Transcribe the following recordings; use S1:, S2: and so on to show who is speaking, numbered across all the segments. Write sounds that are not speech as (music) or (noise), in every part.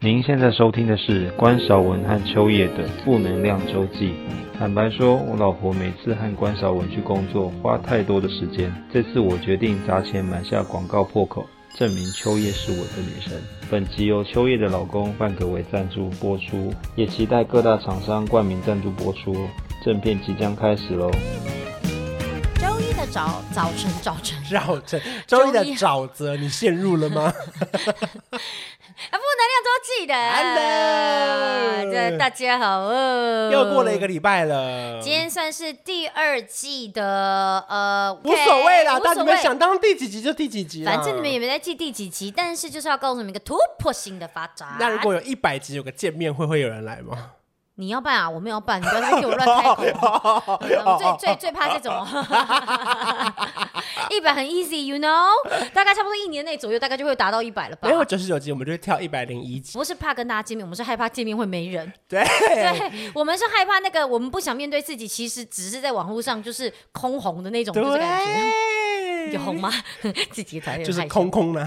S1: 您现在收听的是关少文和秋叶的《负能量周记》。坦白说，我老婆每次和关少文去工作花太多的时间，这次我决定砸钱买下广告破口，证明秋叶是我的女神。本集由秋叶的老公范可为赞助播出，也期待各大厂商冠名赞助播出哦。正片即将开始喽！
S2: 周一的早早晨，早晨，
S3: 沼泽，周一的
S2: 周一
S3: 沼泽，你陷入了
S2: (laughs)
S3: 吗？
S2: 啊，负能量周记的
S3: Hello
S2: 这大家好哦，
S3: 又过了一个，礼拜了，
S2: 今天算是第二季的呃，
S3: 无所谓啦，
S2: 无
S3: 但
S2: 所
S3: 你
S2: 谓
S3: 们想当第几集就第几集啊啦，
S2: 反正你们也没在记第几集，但是就是要告诉你们一个突破性的发展。
S3: 那如果有一百集有个见面会，会有人来吗？
S2: 你要办啊，我没有要办，你不要哎再给我乱开口。
S3: (laughs)
S2: 嗯我最最最怕这种， (laughs) 一百很 easy，you know，大概差不多一年内左右，大概就会达到一百了吧
S3: 没。有九十九集，我们就会跳一百零一集。
S2: 不是怕跟大家见面，我们是害怕见面会没人。
S3: 对，
S2: 对，我们是害怕那个，我们不想面对自己，其实只是在网络上就是空红的那种，就是感觉
S3: 对，
S2: 有红吗？ (laughs) 自己才有
S3: 就是
S2: 害羞
S3: 空。空的。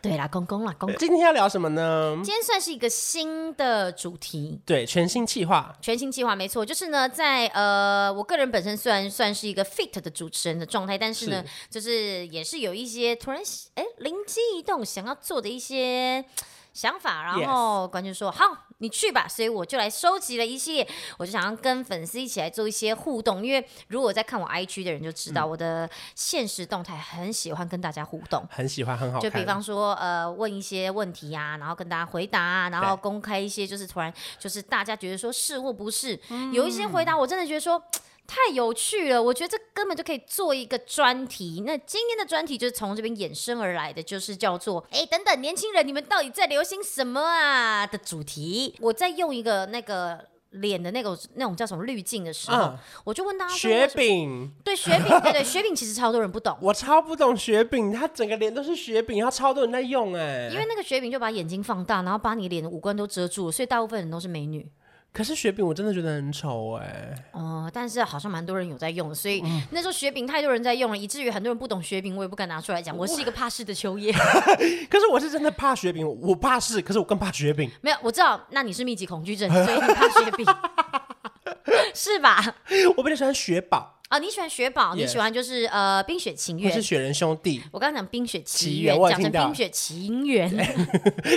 S2: 对啦，空空啦，空。
S3: 今天要聊什么呢？
S2: 今天算是一个新的主题。
S3: 对，全新企划。
S2: 全新计划没错，就是呢，在呃，我个人本身虽然算是一个 fit 的主持人的状态，但是呢，就是也是有一些突然哎灵机一动想要做的一些想法，然后关键说好你去吧，所以我就来收集了一系列，我就想要跟粉丝一起来做一些互动，因为如果在看我 IG 的人就知道，我的现实动态很喜欢跟大家互动。
S3: 很喜欢，很好
S2: 就
S3: 看。
S2: 比方说，呃，问一些问题啊，然后跟大家回答、啊，然后
S3: 对
S2: 公开一些，就是突然就是大家觉得说是或不是，有一些回
S3: 嗯
S2: 答我真的觉得说。太有趣了，我觉得这根本就可以做一个专题。那今天的专题就是从这边衍生而来的，就是叫做“哎，等等，年轻人，你们到底在流行什么啊”的主题。我在用一个那个脸的那个那种叫什么滤镜的时候，
S3: 嗯
S2: 我就问大家说为
S3: 雪
S2: 什么，
S3: 饼，
S2: 对雪饼，对对，雪饼其实超多人不
S3: (laughs)
S2: 懂，
S3: 我超不懂雪饼，它整个脸都是雪饼，它超多人在用哎、
S2: 因为那个雪饼就把眼睛放大，然后把你脸的五官都遮住了，所以大部分人都是美女。
S3: 可是雪饼我真的觉得很丑哎、
S2: 哦、但是好像蛮多人有在用，所以
S3: 嗯
S2: 那时候雪饼太多人在用了，以至于很多人不懂雪饼，我也不敢拿出来讲。我是一个怕事的秋叶，
S3: (laughs)
S2: (laughs)
S3: 可是我是真的怕雪饼，我我怕是，可是我更怕雪饼。
S2: 没有，我知道，那你是密集恐惧症，所以你怕雪饼， (laughs) 是吧？
S3: (laughs) 我比较喜欢雪宝，
S2: 啊，你喜欢雪宝，你
S3: Yes
S2: 喜欢就是呃《冰雪情
S3: 或
S2: 缘
S3: 是》。雪人兄弟， (laughs)
S2: 我刚刚讲《冰雪奇
S3: 奇
S2: 缘
S3: 缘》，我有
S2: 讲成
S3: 听
S2: 《
S3: 到
S2: 冰雪情缘》，？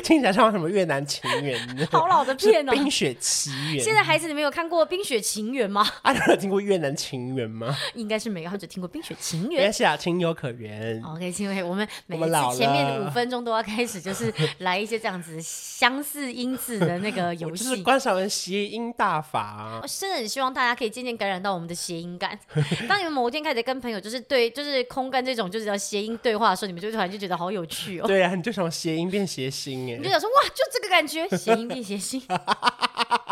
S3: 听起来像什么越南情缘呢
S2: 好老的片哦
S3: 是冰雪奇缘。
S2: 现在孩子你们有看过《冰雪情缘》吗？
S3: 啊，你有听过越南情缘 (laughs) 吗？
S2: 应该是没有，他们只听过《冰雪情缘》
S3: 没。关系啊，情有可原。
S2: OK，因为我们每一
S3: 我们老
S2: 次前面的
S3: 了
S2: 五分钟都要开始，就是
S3: (laughs)
S2: 来一些这样子相似音字的那
S3: (laughs)
S2: 个游
S3: 就
S2: 戏。
S3: 是观赏人谐音大法
S2: 我，真的很希望大家可以渐渐感染到我们的谐音感。 (laughs) 当你们某一天开始跟朋友就是对，就是空干这种就是叫谐音对话的时候，你们就突然就觉得好有趣哦。
S3: 对啊，你就从谐音变谐星
S2: 你就
S3: 哎，
S2: 想说哇，就这个感觉，谐音变谐
S3: (laughs)
S2: 音。好了，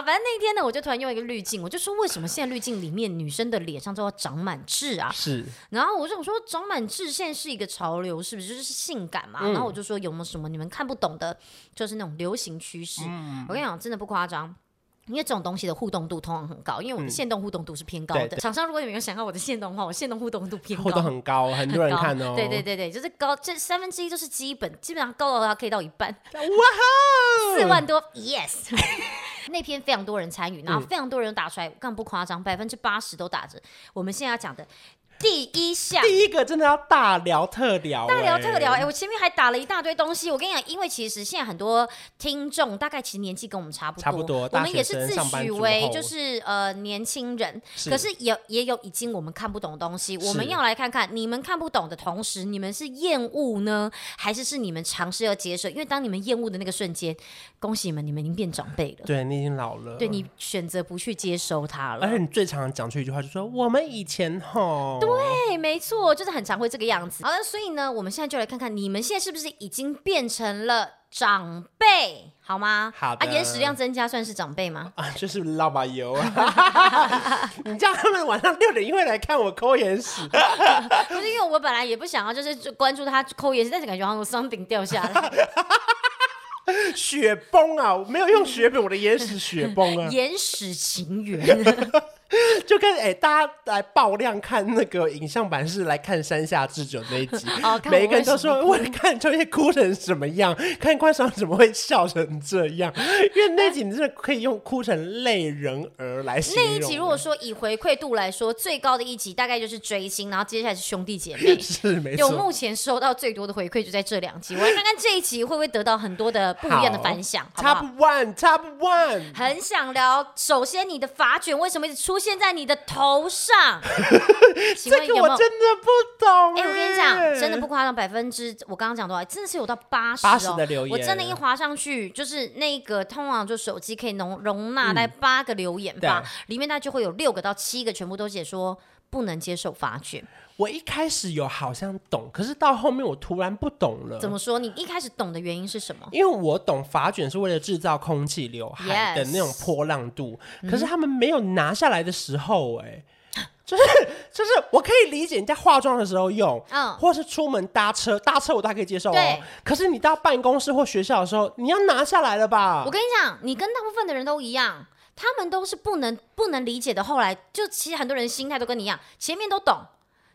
S2: 反正那一天呢，我就突然用一个滤镜，我就说为什么现在滤镜里面女生的脸上都要长满痣啊？
S3: 是
S2: 然后我就想说，长满痣现在是一个潮流，是不是就是性感嘛？然后我
S3: 嗯
S2: 就说有没有什么你们看不懂的，就是那种流行趋势？
S3: 嗯
S2: 我跟你讲，真的不夸张。因为这种东西的互动度通常很高，因为我的线动互动度是偏高
S3: 嗯对
S2: 的。
S3: 对
S2: 厂商如果你们有想到我的线动的话，我线动互动度偏高，
S3: 互动很高，很多人看哦。
S2: 对对对对，就是高，这三分之一就是基本，基本上高到它可以到一半，
S3: 哇
S2: 四万多，yes。那 (laughs) 篇非常多人参与，然后
S3: 嗯
S2: 非常多人打出来，我根本不夸张，百分之八十都打着我们现在要讲的第一项
S3: 第一个真的要大聊特聊、
S2: 大聊特聊，哎、
S3: 哎
S2: 我前面还打了一大堆东西。我跟你讲，因为其实现在很多听众大概其实年纪跟我们差不多，
S3: 差不多
S2: 我
S3: 大
S2: 们
S3: 学
S2: 也是
S3: 生
S2: 自
S3: 上班
S2: 诩
S3: 族
S2: 为
S3: 后
S2: 就是呃年轻人，
S3: 是
S2: 可是也也有已经我们看不懂的东西，我们
S3: 是
S2: 要来看看你们看不懂的同时，你们是厌恶呢，还是是你们尝试要接受？因为当你们厌恶的那个瞬间，恭喜你们，你们已经变长辈了，
S3: 对你已经老了，
S2: 对你选择不去接收它了
S3: 而。且你最常讲出一句话，就说我们以前吼，对，
S2: 对，没错，就是很常会这个样子。好了，所以呢，我们现在就来看看你们现在是不是已经变成了长辈，好吗？
S3: 好
S2: 啊，
S3: 的
S2: 眼屎量增加算是长辈吗？
S3: 啊，就是老把油啊， (laughs) 你知道他们晚上六点因为来看我抠眼屎，哎
S2: 不是，因为我本来也不想要，就是就关注他抠眼屎，但是感觉好像有 something 掉下
S3: (laughs)
S2: 来，
S3: 雪崩啊，我没有用雪饼，我的眼屎雪崩啊，
S2: 眼屎情缘。，
S3: 就跟哎、大家来爆量看那个影像版是来看山下智久那一集 (laughs)
S2: 哦看我
S3: 每一个人都
S2: 为什么
S3: 说我看秋叶哭成什么样，看观赏怎么会笑成这样，因为那集你真的可以用哭成泪人儿来形
S2: 那一
S3: 容。。
S2: 集如果说以回馈度来说，最高的一集大概就是追星，然后接下来是兄弟姐妹
S3: (laughs) 是没
S2: 有
S3: 错，
S2: 目前收到最多的回馈就在这两集，我来看看这一集会不会得到很多的不一样的反响，好哎不好？
S3: Top One Top One。
S2: 很想聊，首先你的发卷为什么一直出现在你的头
S3: (laughs)
S2: 上？请问
S3: 这
S2: 有没
S3: 个我
S2: 有？
S3: 真的不懂、欸
S2: 哎、我跟你讲，真的不夸张，百分之我刚刚讲多少，真的是有到八十
S3: 80
S2: 哦。
S3: 的留言
S2: 我真的，一划上去，就是那个通常就手机可以容容纳大概八个留言吧，
S3: 嗯对
S2: 里面大概就会有六个到七个全部都写说不能接受发卷。
S3: 我一开始有好像懂，可是到后面我突然不懂了。
S2: 怎么说？你一开始懂的原因是什么？
S3: 因为我懂法卷是为了制造空气刘海
S2: Yes
S3: 的那种波浪度可是他们没有拿下来的时候、
S2: (laughs)
S3: 哎，就是就是我可以理解人家化妆的时候用，
S2: 嗯
S3: 或是出门搭车，搭车我都还可以接受哦
S2: 对。
S3: 可是你到办公室或学校的时候，你要拿下来了吧
S2: 我？跟你讲，你跟大部分的人都一样，他们都是不能不能理解的。后来就其实很多人心态都跟你一样，前面都懂，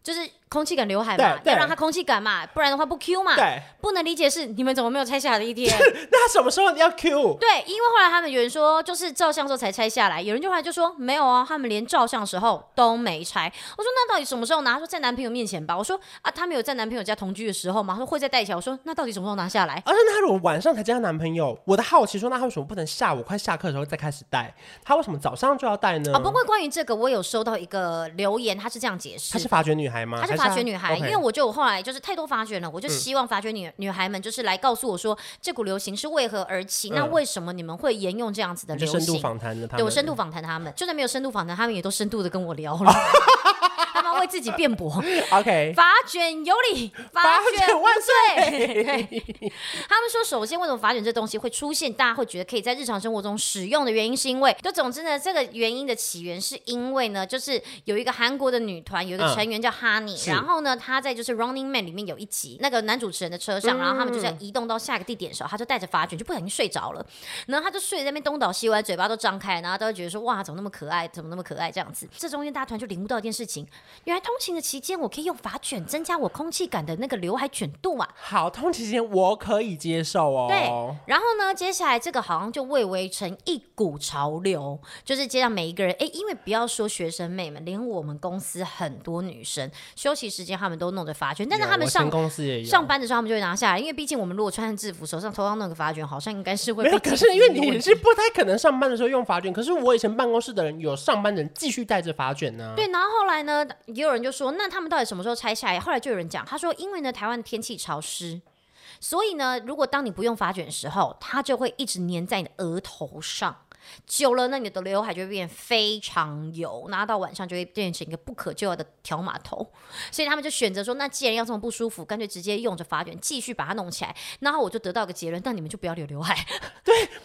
S2: 就是空气感刘海嘛，
S3: 对
S2: 要
S3: 对
S2: 让它空气感嘛，不然的话不 Q 嘛。
S3: 对，
S2: 不能理解是你们怎么没有拆下来的一天？
S3: 那什么时候你要 Q？
S2: 对，因为后来他们有人说，就是照相时候才拆下来，有人就后来就说没有啊，他们连照相时候都没拆。我说那到底什么时候拿？他说在男朋友面前吧。我说啊，他们有在男朋友家同居的时候吗？他说会在带起来。我说那到底什么时候拿下来？
S3: 而且她如果晚上才见到男朋友，我的好奇说，那她为什么不能下午快下课的时候再开始戴？她为什么早上就要戴呢？
S2: 啊，不过关于这个，我有收到一个留言，他是这样解释
S3: 她。是法卷女孩吗？
S2: 她是
S3: 啊还
S2: 发掘女孩，
S3: OK
S2: 因
S3: 嗯
S2: 为我就我后来就是太多发掘了，我就希望发掘女、女孩们就是来告诉我说这股流行是为何而起，那
S3: 嗯
S2: 为什么你们会沿用这样子的
S3: 你就
S2: 流
S3: 深度
S2: 行？
S3: 访谈了她们。
S2: 对我深度访谈他们，就算没有深度访谈，他们也都深度的跟我聊
S3: (laughs)
S2: 了，他们为自己辩驳。 (laughs)
S3: OK，
S2: 法卷有理，法
S3: 卷
S2: 卷
S3: 万
S2: 岁。对，
S3: (laughs)
S2: 他们说，首先为什么法卷这东西会出现，大家会觉得可以在日常生活中使用的原因，是因为就总之呢，这个原因的起源是因为呢，就是有一个韩国的女团，有一个
S3: 嗯
S2: 成员叫哈尼、
S3: 是
S2: 然后呢，她在就是《Running Man》里面有一集，那个男主持人的车
S3: 嗯
S2: 上，然后他们就是要移动到下一个地点的时候，他就带着法卷就不小心睡着了，然后他就睡在那边东倒西歪，嘴巴都张开，然后都会觉得说哇，怎么那么可爱，怎么那么可爱这样子。这中间大家突然就领悟到一件事情，原来通勤的期间，我可以用发卷增加我空气感的那个刘海卷度啊。
S3: (laughs) 好，通勤间我可以接受哦。
S2: 对，然后呢，接下来这个好像就蔚为成一股潮流，就是街上每一个人，哎，因为不要说学生妹们，连我们公司很多女生休息时间她们都弄着发卷，但是
S3: 有
S2: 她们
S3: 我前
S2: 上。
S3: 公司也有
S2: 上班的时候，她们就会拿下来，因为毕竟我们如果穿上制服，手上头上弄个发卷，好像应该是会
S3: 没有，
S2: 被
S3: 可是因为
S2: 禁止的
S3: 你是不太可能上班的时候用发卷，可是我以前办公室的人有上班的人继续带着发卷呢、
S2: 对，然后后来呢，也有人就说，那他们到底什么时候拆下来？后来就有人讲，他说，因为呢，台湾天气潮湿，所以呢，如果当你不用发卷的时候，它就会一直粘在你的额头上。久了，那你的刘海就会变非常油，然后到晚上就会变成一个不可救药的条码头。所以他们就选择说，那既然要这么不舒服，干脆直接用着发卷继续把它弄起来。然后我就得到一个结论，那你们就不要留刘海。
S3: 哦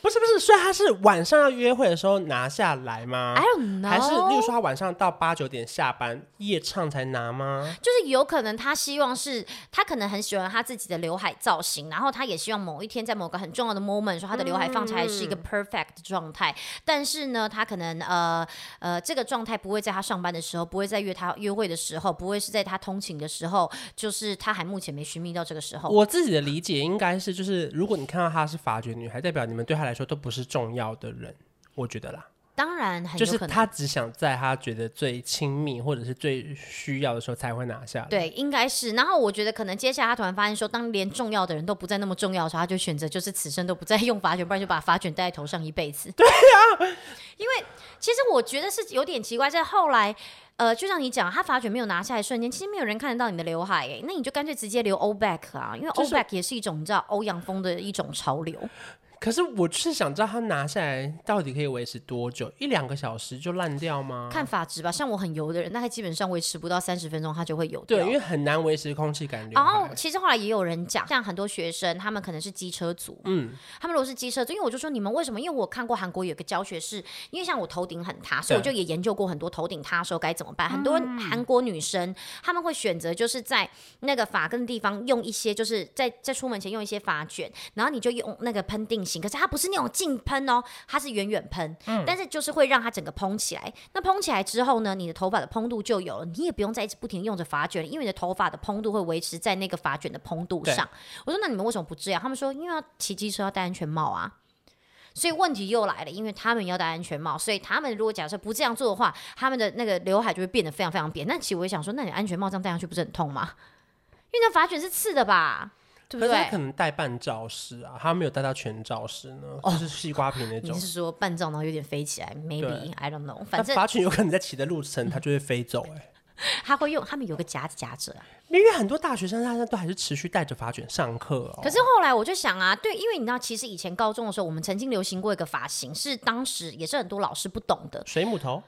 S3: 不是不是，所以他是晚上要约会的时候拿下来吗
S2: I？don't know，
S3: 还是，例如说他晚上到八九点下班夜唱才拿吗？
S2: 就是有可能他希望是，他可能很喜欢他自己的刘海造型，然后他也希望某一天在某个很重要的 moment 说他的刘海放起来
S3: 嗯
S2: 是一个 perfect 的状态，但是呢，他可能呃呃这个状态不会在他上班的时候，不会在约他约会的时候，不会是在他通勤的时候，就是他还目前没寻觅到这个时候。
S3: 我自己的理解应该是，就是如果你看到她是发卷女孩，代表你们对她来说都不是重要的人，我觉得啦。
S2: 当然很
S3: 就
S2: 哎有
S3: 是
S2: 可能。
S3: 他只想在他觉得最亲密或者是最需要的时候才会拿下来。，
S2: 对，应该是。然后我觉得可能接下来他突然发现说，当连重要的人都不再那么重要的时候，他就选择就是此生都不再用发卷，不然就把发卷戴在头上一辈子。对啊， (laughs) 因为其实我觉得是有点奇怪，在后来。呃，就像你讲，他发卷没有拿下来的瞬间，其实没有人看得到你的刘海，哎，那你就干脆直接留 O back 啊，因为 O
S3: 就是
S2: back 也是一种你知道欧阳锋的一种潮流。
S3: 可是我是想知道他拿下来到底可以维持多久？一两个小时就烂掉吗？
S2: 看发质吧，像我很油的人，大概基本上维持不到三十分钟，它就会油掉。
S3: 对，因为很难维持空气感流。
S2: 然后哦其实后来也有人讲，像很多学生，他们可能是机车族，嗯，他们如果是机车族，因为我就说你们为什么？因为我看过韩国有个教学是，因为像我头顶很塌，所以我就
S3: 对
S2: 也研究过很多头顶塌的时候该怎么办。很多韩国女生她们会选择就是在那个发根的地方用一些，就是在在出门前用一些发卷，然后你就用那个喷定进行，可是它不是那种近喷哦，它是远远喷，
S3: 嗯
S2: 但是就是会让它整个蓬起来。那蓬起来之后呢，你的头发的蓬度就有了，你也不用再一直不停地用着发卷，因为你的头发的蓬度会维持在那个发卷的蓬度
S3: 对
S2: 上。我说那你们为什么不这样？他们说因为要骑机车要戴安全帽啊。所以问题又来了，因为他们要戴安全帽，所以他们如果假设不这样做的话，他们的那个刘海就会变得非常非常扁。那其实我也想说，那你安全帽这样戴上去不是很痛吗？因为那发卷是刺的吧，对不
S3: 可是他
S2: 对
S3: 可？能戴半罩式啊，他没有戴到全罩式呢，就是西瓜皮那
S2: 哦你
S3: 种
S2: 是。说半罩然后有点飞起来
S3: 对
S2: ？Maybe I don't know，
S3: 那
S2: 反正嗯
S3: 发群有可能在骑的路程，它就会飞走、哎，
S2: 他会用，他们有个夹子夹着啊、
S3: 因为很多大学生他们都还是持续带着发卷上课哦。
S2: 可是后来我就想啊，对，因为你知道，其实以前高中的时候，我们曾经流行过一个发型，是当时也是很多老师不懂的。
S3: 水母头，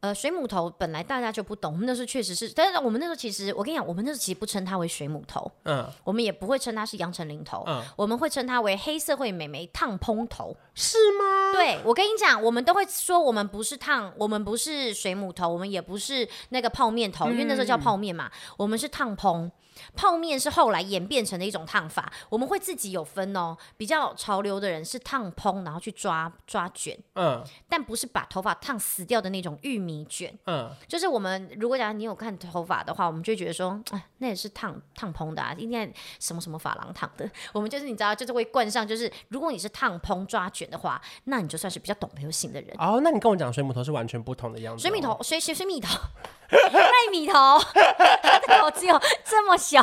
S2: 呃，水母头本来大家就不懂，我们那时候确实是，但是我们那时候其实，我跟你讲，我们那时候其实不称它为水母头，
S3: 嗯，
S2: 我们也不会称它是阳城零头，
S3: 嗯
S2: 我们会称它为黑社会美眉烫蓬头。
S3: 是吗？
S2: 对我跟你讲，我们都会说我们不是烫，我们不是水母头，我们也不是那个泡面
S3: 嗯
S2: 头，因为那时候叫泡面嘛，我们是烫蓬。泡面是后来演变成的一种烫法，我们会自己有分哦。比较潮流的人是烫蓬，然后去抓抓卷，
S3: 嗯
S2: 但不是把头发烫死掉的那种玉米卷。
S3: 嗯，
S2: 就是我们如果假如你有看头发的话，我们就会觉得说，哎，那也是烫烫蓬的啊，应该什么什么发廊烫的。我们就是你知道，就是会冠上，就是如果你是烫蓬抓卷的话，那你就算是比较懂流行的人。
S3: 哦，那你跟我讲水母头是完全不同的样子、
S2: 水
S3: 哦
S2: 蜜，桃，水水水蜜桃， (laughs) 赖米头，它的头只有这么小。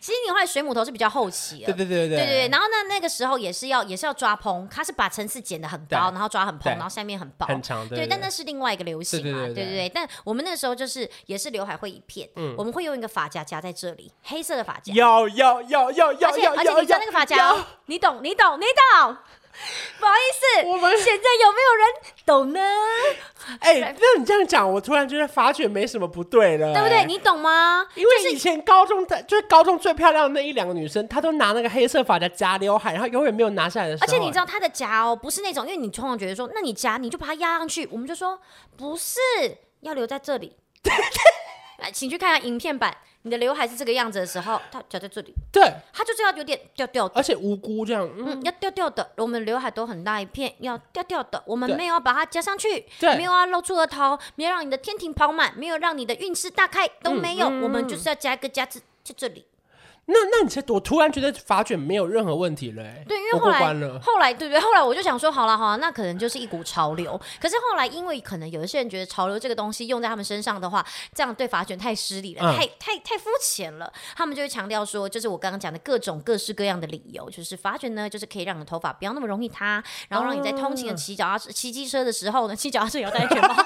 S2: 其实你后来水母头是比较后期
S3: 对
S2: 了。
S3: 对对对
S2: 对对，然后那那个时候也是要也是要抓蓬，它是把层次剪得很高，
S3: 对
S2: 然后抓很蓬，
S3: 对
S2: 然后下面很薄，
S3: 很长的，
S2: 对，但那是另外一个流行嘛，
S3: 对
S2: 对
S3: 对对对嗯
S2: 但我们那时候就是也是刘海会一片，我们会用一个发夹夹在这里，黑色的发夹，
S3: 要要要要
S2: 而
S3: 要
S2: 且
S3: 要，
S2: 而且你知道那个发夹哦，你懂你懂你懂，不好意思，
S3: 我们
S2: 现在有没有人懂呢？
S3: 哎、那你这样讲，我突然觉得发卷没什么不对了、
S2: 对不对？
S3: 哎
S2: 你懂吗？
S3: 因为以前高中的就是高中最漂亮的那一两个女生，她都拿那个黑色发夹夹刘海，然后永远没有拿下来的时候。哎
S2: 而且你知道它的夹哦，不是那种，因为你通常觉得说，那你夹你就把它压上去，我们就说不是要留在这
S3: (laughs)
S2: 里。来，请去看看影片版，你的刘海是这个样子的时候，它夹在这里，
S3: 哎对，
S2: 它就是要有点掉掉的。
S3: 而且无辜这样，嗯，
S2: 嗯，要掉掉的，我们刘海都很大一片，要掉掉的，我们
S3: 对
S2: 没有要把它夹上去，
S3: 对
S2: 没有要露出额头，没有让你的天庭饱满，没有让你的运势大开，都
S3: 嗯
S2: 没有，我们就是要夹一个夹子在这里。
S3: 那那你才我突然觉得发卷没有任何问题了、哎
S2: 对，因为
S3: 我
S2: 后
S3: 过
S2: 来
S3: 关了，
S2: 后来对不对？后来我就想说，好了好了，那可能就是一股潮流。可是后来，因为可能有一些人觉得潮流这个东西用在他们身上的话，这样对发卷太失礼了，
S3: 嗯
S2: 太太太肤浅了。他们就会强调说，就是我刚刚讲的各种各式各样的理由，就是发卷呢，就是可以让你的头发不要那么容易塌，然后让你在通
S3: 啊
S2: 勤的骑脚踏车、骑机车的时候呢，骑脚踏车也要戴安全帽。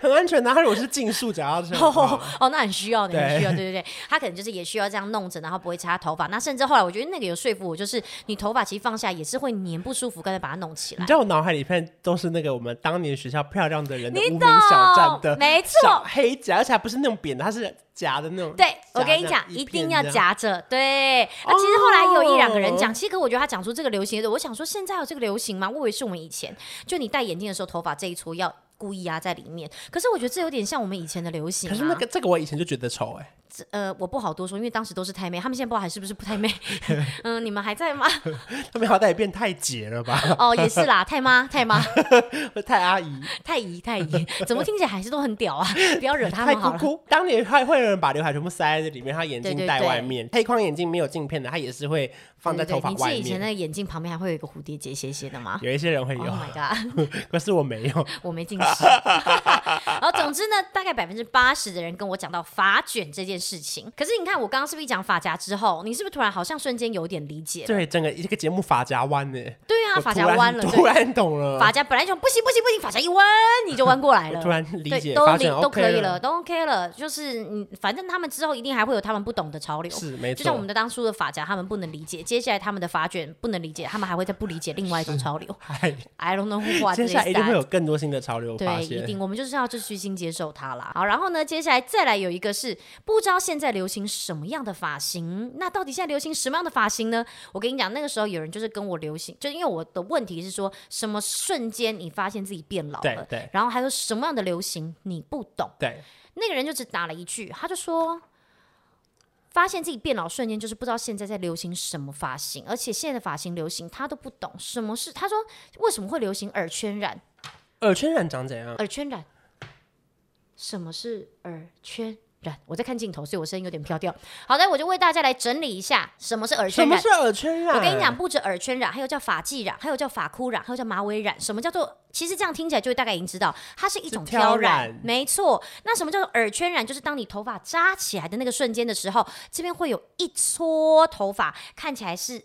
S3: 很安全的、啊。如果是竞速夹到这
S2: (laughs)
S3: 样，
S2: 哦哦，那很需要，你
S3: 嗯对
S2: 很需要，对对对， (laughs) 他可能就是也需要这样弄着，然后不会擦头发。那甚至后来我觉得那个有说服我，就是你头发其实放下也是会粘不舒服，干脆把它弄起
S3: 你
S2: 来
S3: 知。道我脑海里面都是那个我们当年学校漂亮的人的
S2: 你
S3: 无名
S2: 懂
S3: 小站的，
S2: 没错
S3: 小黑夹，而且还不是那种扁的，它是夹的那种。
S2: 对，我
S3: 夹
S2: 跟你
S3: 着
S2: 讲，
S3: 一
S2: 一
S3: 片
S2: 定要
S3: 这样。
S2: 夹着。对，那其实后来也有一两个人
S3: 哦
S2: 讲，其实可我觉得他讲出这个流行的，我想说现在有这个流行吗？我以为是我们以前，就你戴眼镜的时候，头发这一撮要故意压在里面。可是我觉得这有点像我们以前的流行、啊。
S3: 可是那个这个我以前就觉得丑哎、
S2: 这呃，我不好多说，因为当时都是太妹，他们现在不知道还是不是不太
S3: (laughs)
S2: 妹。嗯，你们还在吗？
S3: 他们好歹也变太姐了
S2: (laughs)
S3: 吧，
S2: 哦，也是啦，太妈太
S3: (laughs)
S2: 妈。
S3: 太阿姨、
S2: 太姨太姨，怎么听起来还是都很屌
S3: (laughs)
S2: 啊？不要惹他
S3: 太
S2: 们好
S3: 姑
S2: 了。
S3: 姑。当年还会有人把刘海全部塞在里面，他眼
S2: 对
S3: 镜
S2: 对
S3: 戴
S2: 对
S3: 外面，黑框眼镜没有镜片的，他也是会放在
S2: 对对
S3: 头发
S2: 对你记
S3: 外
S2: 得以前那
S3: 面。
S2: 个眼镜旁边还会有一个蝴蝶结斜斜的吗？
S3: 有一些人会
S2: Oh
S3: 有，
S2: my
S3: (laughs)
S2: god！
S3: 可是我没有。
S2: 我没近视。 (laughs) 然后总之呢，大概百分之八十的人跟我讲到发卷这件事情。可是你看，我刚刚是不是一讲发夹之后，你是不是突然好像瞬间有点理解了？
S3: 对，整个一个节目发夹弯呢，
S2: 对啊，
S3: 我
S2: 发
S3: 突
S2: 夹
S3: 然 (laughs)
S2: 弯了，
S3: 突
S2: 对，
S3: 然懂了，
S2: 发夹本来就不行不行不行，发夹一弯你就弯过来
S3: 我
S2: 了。
S3: 突然理
S2: 对，
S3: 解，
S2: 都
S3: 发
S2: 理
S3: 现
S2: 都可
S3: OK
S2: 以了，，都 OK 了。就是你，反正他们之后一定还会有他们不懂的潮流。
S3: 是没错。
S2: 就像我们的当初的发夹，他们不能理解；接下来他们的发卷不能理解，他们还会再不理解另外一种潮流。
S3: 嗨
S2: I don't know what
S3: 哎 (laughs) 接
S2: is
S3: 下来一定会
S2: that。
S3: 有更多新的潮流，我发
S2: 对，一
S3: 现。
S2: 定，我们就是要就虚心接受它啦。好，然后呢，接下来再来有一个是不知道现在流行什么样的发型，那到底现在流行什么样的发型呢？我跟你讲，那个时候有人就是跟我流行，就因为我的问题是说什么瞬间你发现自己变老
S3: 对
S2: 了，
S3: 对
S2: 然后还有什么样的流行你不懂，
S3: 对，
S2: 那个人就只打了一句，他就说：“发现自己变老瞬间，就是不知道现在在流行什么发型，而且现在的发型流行他都不懂什么是。他说为什么会流行耳圈染？
S3: 耳圈染长怎样？
S2: 耳圈染，什么是耳圈染？我在看镜头，所以我声音有点飘掉。好的，我就为大家来整理一下什么是耳
S3: 什
S2: 圈
S3: 么
S2: 染
S3: 是。耳圈染？
S2: 我跟你讲，，不止耳圈染，还有叫发髻染，还有叫发箍染，还有叫马尾染。什么叫做？其实这样听起来就会大概已经知道，它是一种
S3: 是挑
S2: 染。
S3: 染
S2: 没错。那什么叫做耳圈染？就是当你头发扎起来的那个瞬间的时候，这边会有一撮头发，看起来是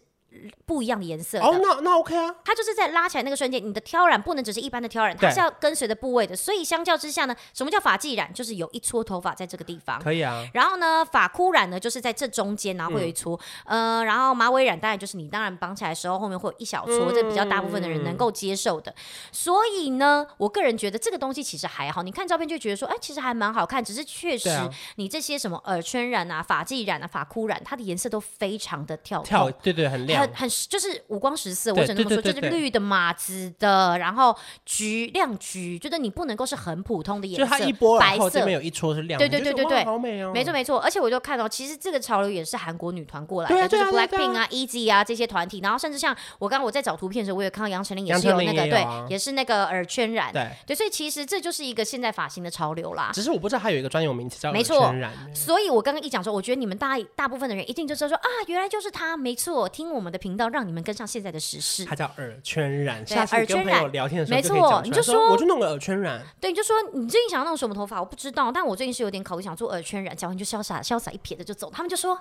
S2: 不一样的颜色的。
S3: 哦，那那 OK 啊，
S2: 它就是在拉起来那个瞬间，你的挑染不能只是一般的挑染，
S3: 对
S2: 它是要跟随的部位的。所以相较之下呢，什么叫发髻染？就是有一撮头发在这个地方。
S3: 可以啊。
S2: 然后呢，发箍染呢，就是在这中间，然后会有一撮，
S3: 嗯
S2: 呃，然后马尾染当然就是你当然绑起来的时候，后面会有一小撮，这比较大部分的人能够接受的。所以呢，我个人觉得这个东西其实还好，你看照片就觉得说，哎，其实还蛮好看，只是确实
S3: 对啊
S2: 你这些什么耳圈染啊、发髻染啊、发箍染，它的颜色都非常的跳动
S3: 跳，对对，很亮
S2: 哦很。很就是五光十色，
S3: 对
S2: 我只能这么说，
S3: 对
S2: 就是
S3: 对对对
S2: 绿的嘛、紫的，然后橘亮橘，就是你不能够是很普通的颜
S3: 就
S2: 色，
S3: 它一波，然
S2: 白
S3: 后这
S2: 色。
S3: 边有一撮是亮的，
S2: 对对对
S3: 你就觉
S2: 对
S3: 得
S2: 对
S3: 哇好美哦，
S2: 没错没错，而且我就看到，其实这个潮流也是韩国女团过来
S3: 对
S2: 的，
S3: 啊
S2: 就是
S3: 对啊对啊
S2: Blackpink 啊、Easy 啊这些团体，然后甚至像我刚刚我在找图片的时候，我也看到杨丞琳也
S3: 杨
S2: 是有
S3: 丞
S2: 那
S3: 琳
S2: 个
S3: 也有啊
S2: 对，也是那个耳圈染，
S3: 对。
S2: 对，所以其实这就是一个现在发型的潮流啦。
S3: 只是我不知道它有一个专有名词叫
S2: 没
S3: 耳
S2: 错
S3: 圈染，
S2: 所以我刚刚一讲说，我觉得你们大大部分的人一定就知道说啊，原来就是他，没错，听我们的频道，让你们跟上现在的时事。
S3: 它叫耳圈染。
S2: 对
S3: 下次你
S2: 耳圈
S3: 跟朋
S2: 染
S3: 友聊天的时候
S2: 没
S3: 就可以
S2: 错
S3: 讲
S2: 你
S3: 出来
S2: 就
S3: 说
S2: 说
S3: 我就弄个耳圈染，
S2: 对，你就说你最近想要弄什么头发，我不知道，但我最近是有点考虑想做耳圈染，讲完就潇洒潇洒一撇的就走。他们就说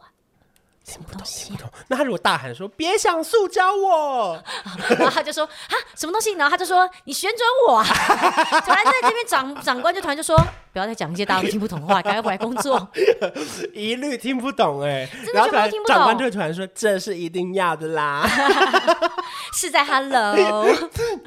S2: 哇什么东西、啊？
S3: 那他如果大喊说别想塑胶我，
S2: (laughs)
S3: (laughs)
S2: 然后他就说啊什么东西？然后他就说你旋转我、啊。 (laughs) 突然在这边长长官就突然就说不要再讲一些大家都听不懂的话，赶快回来工作。 (laughs)
S3: 一律听不懂哎、
S2: 的
S3: 然后
S2: 全部
S3: 突然
S2: 都听不
S3: 长官
S2: 懂
S3: 就突然说这是一定要的啦。 (laughs)
S2: 是在 Hello，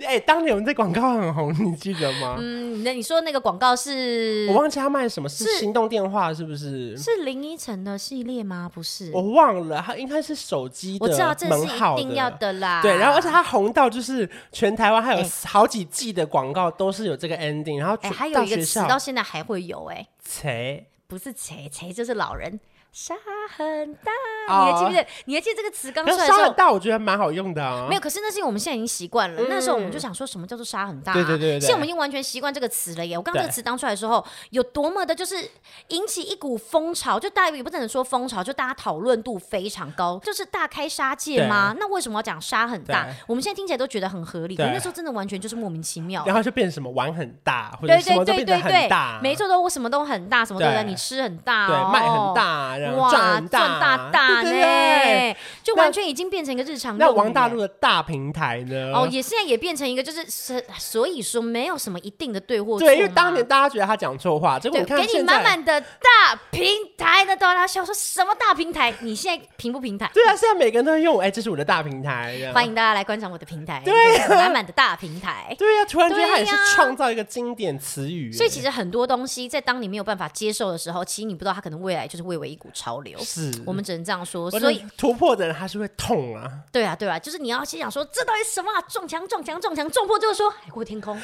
S3: 哎、当年我们这广告很红，你记得吗？
S2: 嗯，那你说那个广告是
S3: 我忘记他卖什么，是
S2: 是
S3: 行动电话是不是？
S2: 是林依晨的系列吗？不是，
S3: 我忘了，它应该是手机的
S2: 我知道这是
S3: 门号
S2: 一定要的啦。
S3: 对，然后而且它红到就是全台湾还有
S2: 哎
S3: 好几季的广告都是有这个 ending，然后
S2: 哎、
S3: 去
S2: 还有
S3: 到
S2: 一个
S3: 学
S2: 词
S3: 校
S2: 到现在还会有哎、
S3: 谁
S2: 不是谁谁就是老人，沙很大。
S3: 哦
S2: 你还记不记得？你还记得这个词刚
S3: 可
S2: 出
S3: 是
S2: 来的时
S3: 沙很
S2: 候？
S3: 大，我觉得蛮好用的啊。
S2: 没有，可是那是因为我们现在已经习惯了。那时候我们就想说什么叫做沙很大、啊，
S3: 嗯对对对对对
S2: 现在我们已经完全习惯这个词了耶。我刚刚这
S3: 对
S2: 个词当出来的时候，有多么的就是引起一股风潮，就大家也不能说风潮，就大家讨论度非常高，就是大开杀戒吗？那为什么要讲沙很大
S3: 对？
S2: 我们现在听起来都觉得很合理，可
S3: 对
S2: 那时候真的完全就是莫名其妙。
S3: 然后就变成什么碗很大，或者
S2: 对
S3: 什么
S2: 对
S3: 都
S2: 对
S3: 变得
S2: 对
S3: 很
S2: 对
S3: 大，，啊
S2: 没，错，都我什么都很大，什么都
S3: 对
S2: 在你吃很大、
S3: 对，
S2: 哦，
S3: 卖很大，然后
S2: 哇，
S3: 赚很
S2: 赚大大
S3: 对对对。
S2: 呢，就
S3: 那
S2: 完全已经变成一个日常
S3: 那
S2: 用语
S3: 王大
S2: 了
S3: 陆的大平台呢？
S2: 欸哦，也现在也变成一个，就是是，所以说没有什么一定的对或错嘛。
S3: 对，因为当年大家觉得他讲错话，结果
S2: 对
S3: 你看
S2: 给你
S3: 现
S2: 满
S3: 在，
S2: 满的大平台的，大家笑说什么大平台？你现在平不平台？
S3: 对啊，现在每个人都用，哎，这是我的大平台，啊这样
S2: 欢。迎大家来观赏我的平台，
S3: 对啊
S2: 满满的大平台。
S3: 对呀、啊，突然间他也是
S2: 对呀
S3: 创造一个经典词语，
S2: 所以其
S3: 哎
S2: 实很多东西，在当你没有办法接受的时候，其实你不知道它可能未来就是蔚为一股潮流。
S3: 是
S2: 我们只能这样说。
S3: 我觉
S2: 所
S3: 得
S2: 以，
S3: 突破的人他是会痛啊，
S2: 对啊，对啊，就是你要先想说，这到底什么啊？撞墙，撞墙，撞墙，撞破就是说海阔天空。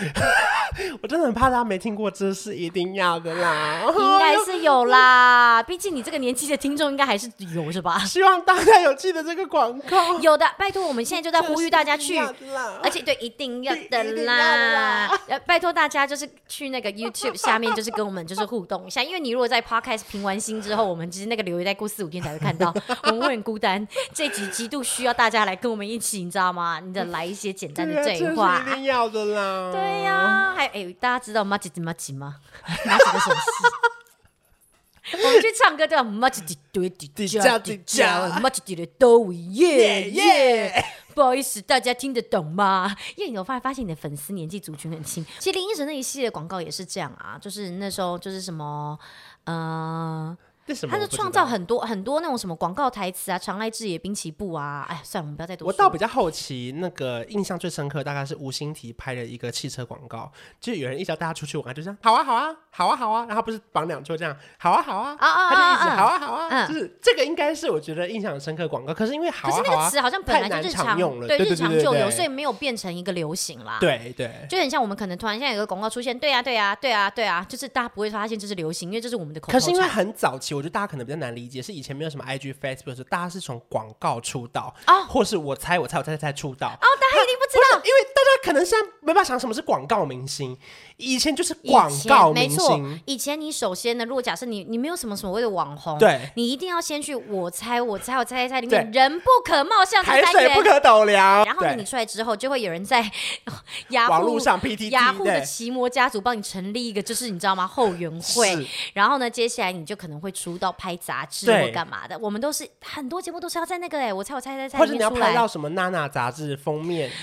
S3: 我真的很怕他没听过，这是一定要的
S2: (laughs)
S3: 啦。？
S2: 应该是有啦，毕竟你这个年纪的听众应该还是有是吧
S3: 希望大家有记得这个广告，
S2: 有的，拜托，我们现在就在呼吁大家
S3: 哦这是一
S2: 去
S3: 定，要的啦
S2: 而且对，一定要的
S3: 一定要的
S2: 啦
S3: 啦。
S2: 呃，拜托大家就是去那个 YouTube 下面，就是跟我们就是互动一下，因为你如果在 Podcast 评完星之后，我们其实那个留言再过四五天才会看
S3: (laughs)
S2: 到，我们会很孤单。这集极度需要大家来跟我们一起，你知道吗？你的来一些简单
S3: 对
S2: 的
S3: 啊，这
S2: 对
S3: 是
S2: 话
S3: 一。定要的啦。
S2: 对呀、
S3: 哦
S2: 还有哎、大家知道马吉吉马吉吗？ (laughs) 马吉的什么事？我们去唱歌对吧？马吉吉对对
S3: 对对对
S2: 马吉吉的都耶
S3: 耶
S2: 耶
S3: 耶。
S2: 不好意思，大家听得懂吗？因为你有发发现你的粉丝年纪族群很轻，其实林依晨那一系列广告也是这样啊，就是那时候就是什么，呃，
S3: 这什么？
S2: 他就创造。很多很多那种什么广告台词啊，常来之也滨崎步啊，哎，算了，我们不要再多
S3: 我
S2: 说
S3: 倒
S2: 了。
S3: 比较好奇，那个印象最深刻大概是吴欣缇拍的一个汽车广告，就有人一直要大家出去玩，就这样好啊好啊好啊好啊，然后不是绑两桌这样好啊好啊，
S2: 啊啊啊
S3: 他就一直
S2: 啊啊
S3: 好啊好啊，
S2: 嗯
S3: 就是这个应该是我觉得印象很深刻的广告，可是因为好
S2: 可是
S3: 啊
S2: 那
S3: 好
S2: 个
S3: 啊
S2: 词好像本来
S3: 太
S2: 就日
S3: 难常
S2: 常
S3: 用了，
S2: 对
S3: 对
S2: 日常就有，
S3: 对
S2: 所以没有变成一个流行啦。。
S3: 对对
S2: 就很像我们可能突然现在有个广告出现，对啊，对啊，对啊，对啊，就是大家不会发现这是流行，因为这是我们的口头
S3: 可
S2: 禅。
S3: 是因为很早期，我觉得大家可能比较难理解，是以前没有什么 IG、Facebook 的时候，大家是从广告出道，
S2: 哦
S3: 或是我猜我猜我猜猜出道。
S2: 哦，大家一定不知道，
S3: 因为大家可能现在没办法想什么是广告明星，以前就是
S2: 以
S3: 广
S2: 前
S3: 告
S2: 没
S3: 明
S2: 错
S3: 星，，
S2: 以前你首先呢，如果假设你你没有什么所谓的网红，
S3: 对
S2: 你一定要先去我猜我猜我猜猜猜里面
S3: 对
S2: 人不可貌 (laughs) 相这
S3: 海
S2: 个单
S3: 水
S2: 元
S3: 不，可斗量。
S2: 然后呢
S3: 对
S2: 你出来之后，就会有人
S3: (laughs)
S2: 在 (laughs) 雅
S3: 网
S2: 虎
S3: 络上 PTT
S2: 雅虎的
S3: 对
S2: 奇摩家族帮你成立一个，就是你知道吗后援会
S3: 是，
S2: 然后呢接下来你就可能会出道拍杂志
S3: 对
S2: 或干嘛的，我们都是很多节目都是要在那个哎、我猜我猜猜猜
S3: 或
S2: 里
S3: 者你
S2: 面
S3: 要
S2: 出
S3: 拍
S2: 来，
S3: 到什么娜娜杂志封面，
S2: 没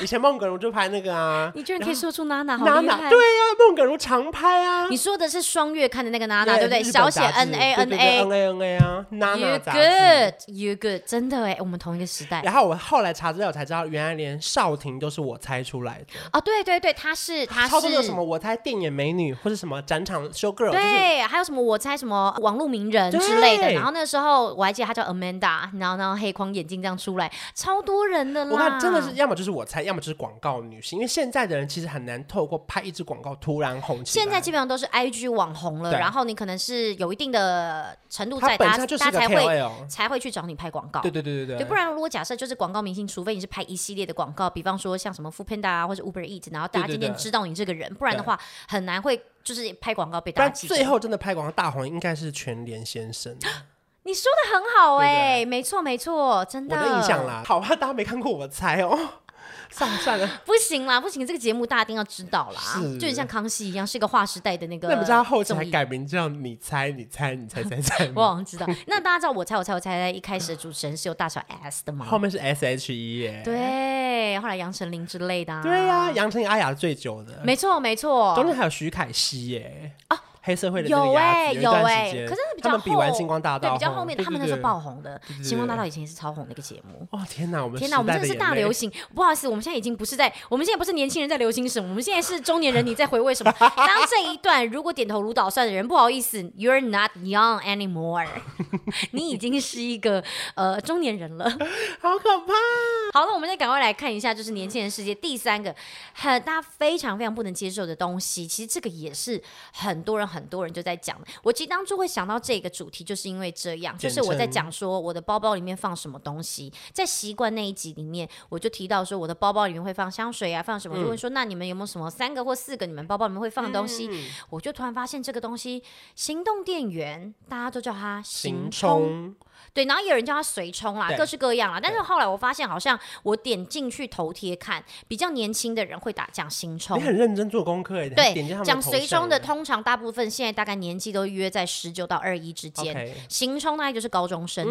S2: 错，
S3: 以前孟耿如就拍那个啊，
S2: 你居然可以说出娜娜，好
S3: 娜
S2: 厉害
S3: 娜，对。啊，孟耿如常拍啊，
S2: 你说的是双月刊的那个娜娜，对不对？
S3: 日本
S2: 小写
S3: 杂志
S2: N A
S3: 对
S2: N
S3: 对
S2: A，
S3: 对 N A N A 啊，娜娜
S2: You
S3: 杂志。
S2: good, you good，真的哎，我们同一个时代
S3: 然后我后来查资料才知道，原来连少婷都是我猜出来的。
S2: 哦，对对对，他是他
S3: 超多
S2: 是
S3: 有什么我猜电影美女或是什么展场 show girl，就是
S2: 对，啊还有什么我猜什么网络名人之类的。然后那时候我还记得他叫 Amanda，然后然后黑框眼镜这样出来，超多人的啦。
S3: 我看真的是，要么就是我猜，要么就是广告女星，因为现在的人其实很难透过拍一支广告突然红起来。
S2: 现在基本上都是 IG 网红了，
S3: 对
S2: 然后你可能是有一定的程度
S3: 它
S2: 在，
S3: 本
S2: 大
S3: 身
S2: 家
S3: 就是
S2: 大家才
S3: 个
S2: 会
S3: KOL，
S2: 才会去找你拍广告。
S3: 对对对对
S2: 对，不然如果假设就是广告明星，除非你是拍一系列的广告，比方说像什么 f o o Panda 啊，或者 Uber Eat，然后大家
S3: 对对
S2: 今天
S3: 对
S2: 知道你这个人，不然的话很难会就是拍广告被大家
S3: 但
S2: 记
S3: 最
S2: 得。
S3: 后真的拍广告大红应该是全联先生，
S2: 啊你说的很好
S3: 对不对
S2: 哎、没错没错，真
S3: 我
S2: 的。
S3: 的印象。啦。好吧，大家没看过我猜哦，
S2: (laughs)
S3: 算了算了。
S2: 不行啦，不行，这个节目大家一定要知道啦
S3: 是，
S2: 就很像康熙一样，是个划时代的那个。
S3: 那不知道后期还
S2: 综艺
S3: 改名叫你猜你猜你猜猜猜
S2: 我好
S3: 吗？
S2: 像知道。那大家知道我猜我猜我猜猜一开始的主持人是有大小 S (laughs) 的
S3: 后
S2: 吗？
S3: 面是 S H E 耶。
S2: 对，啊后来杨丞琳之类的、啊。
S3: 对呀、杨丞琳、阿雅最久的，
S2: 没错没错。
S3: 中间还有徐凯熙耶。
S2: 啊
S3: 黑社会的那个
S2: 有
S3: 鸭
S2: 哎、
S3: 子有一
S2: 有
S3: 段
S2: 哎、
S3: 时间
S2: 可是比
S3: 他
S2: 较
S3: 们比
S2: 后
S3: 完星光大道
S2: 对
S3: 后，
S2: 比较后面的，他们那时候
S3: 对
S2: 爆红的
S3: 对对
S2: 星光大道以前也是超红的一个节目。
S3: 哇天哪，我们
S2: 天哪，我们真的是大流
S3: 行，
S2: 行！不好意思，我们现在已经不是在，我们现在不是年轻人在流行什么，我们现在是中年人，你在回味什么？当这一段如果点头如捣蒜的人，不好意思，you're not young anymore，你已经是一个呃中年人了。
S3: 好可怕。
S2: (laughs) 好了，我们再赶快来看一下，就是年轻人世界第三个很大家非常非常不能接受的东西。其实这个也是很多人很多人就在讲的。我其实当初会想到这个主题，就是因为这样，就
S3: 简
S2: 是
S3: 称
S2: 我在讲说我的包包里面放什么东西。在习惯那一集里面，我就提到说我的包包里面会放香水啊，放
S3: 嗯
S2: 什么，就问说、那你们有没有什么三个或四个你们包包里面会放的东西？
S3: 嗯
S2: 我就突然发现这个东西，行动电源，大家都叫它行
S3: 行
S2: 充。
S3: 冲，
S2: 对，然后也有人叫它随充啦，
S3: 对
S2: 各式各样啦。但是后来我发现，好像我点进去头贴看，比较年轻的人会打讲新充
S3: 你。很认真做功课耶，点进他
S2: 对，
S3: 们
S2: 讲
S3: 头
S2: 随
S3: 像欸
S2: 充的
S3: 耶
S2: 通常大部分现在大概年纪都约在十九到二一之间
S3: OK 嗯
S2: 行充大概就是高中生。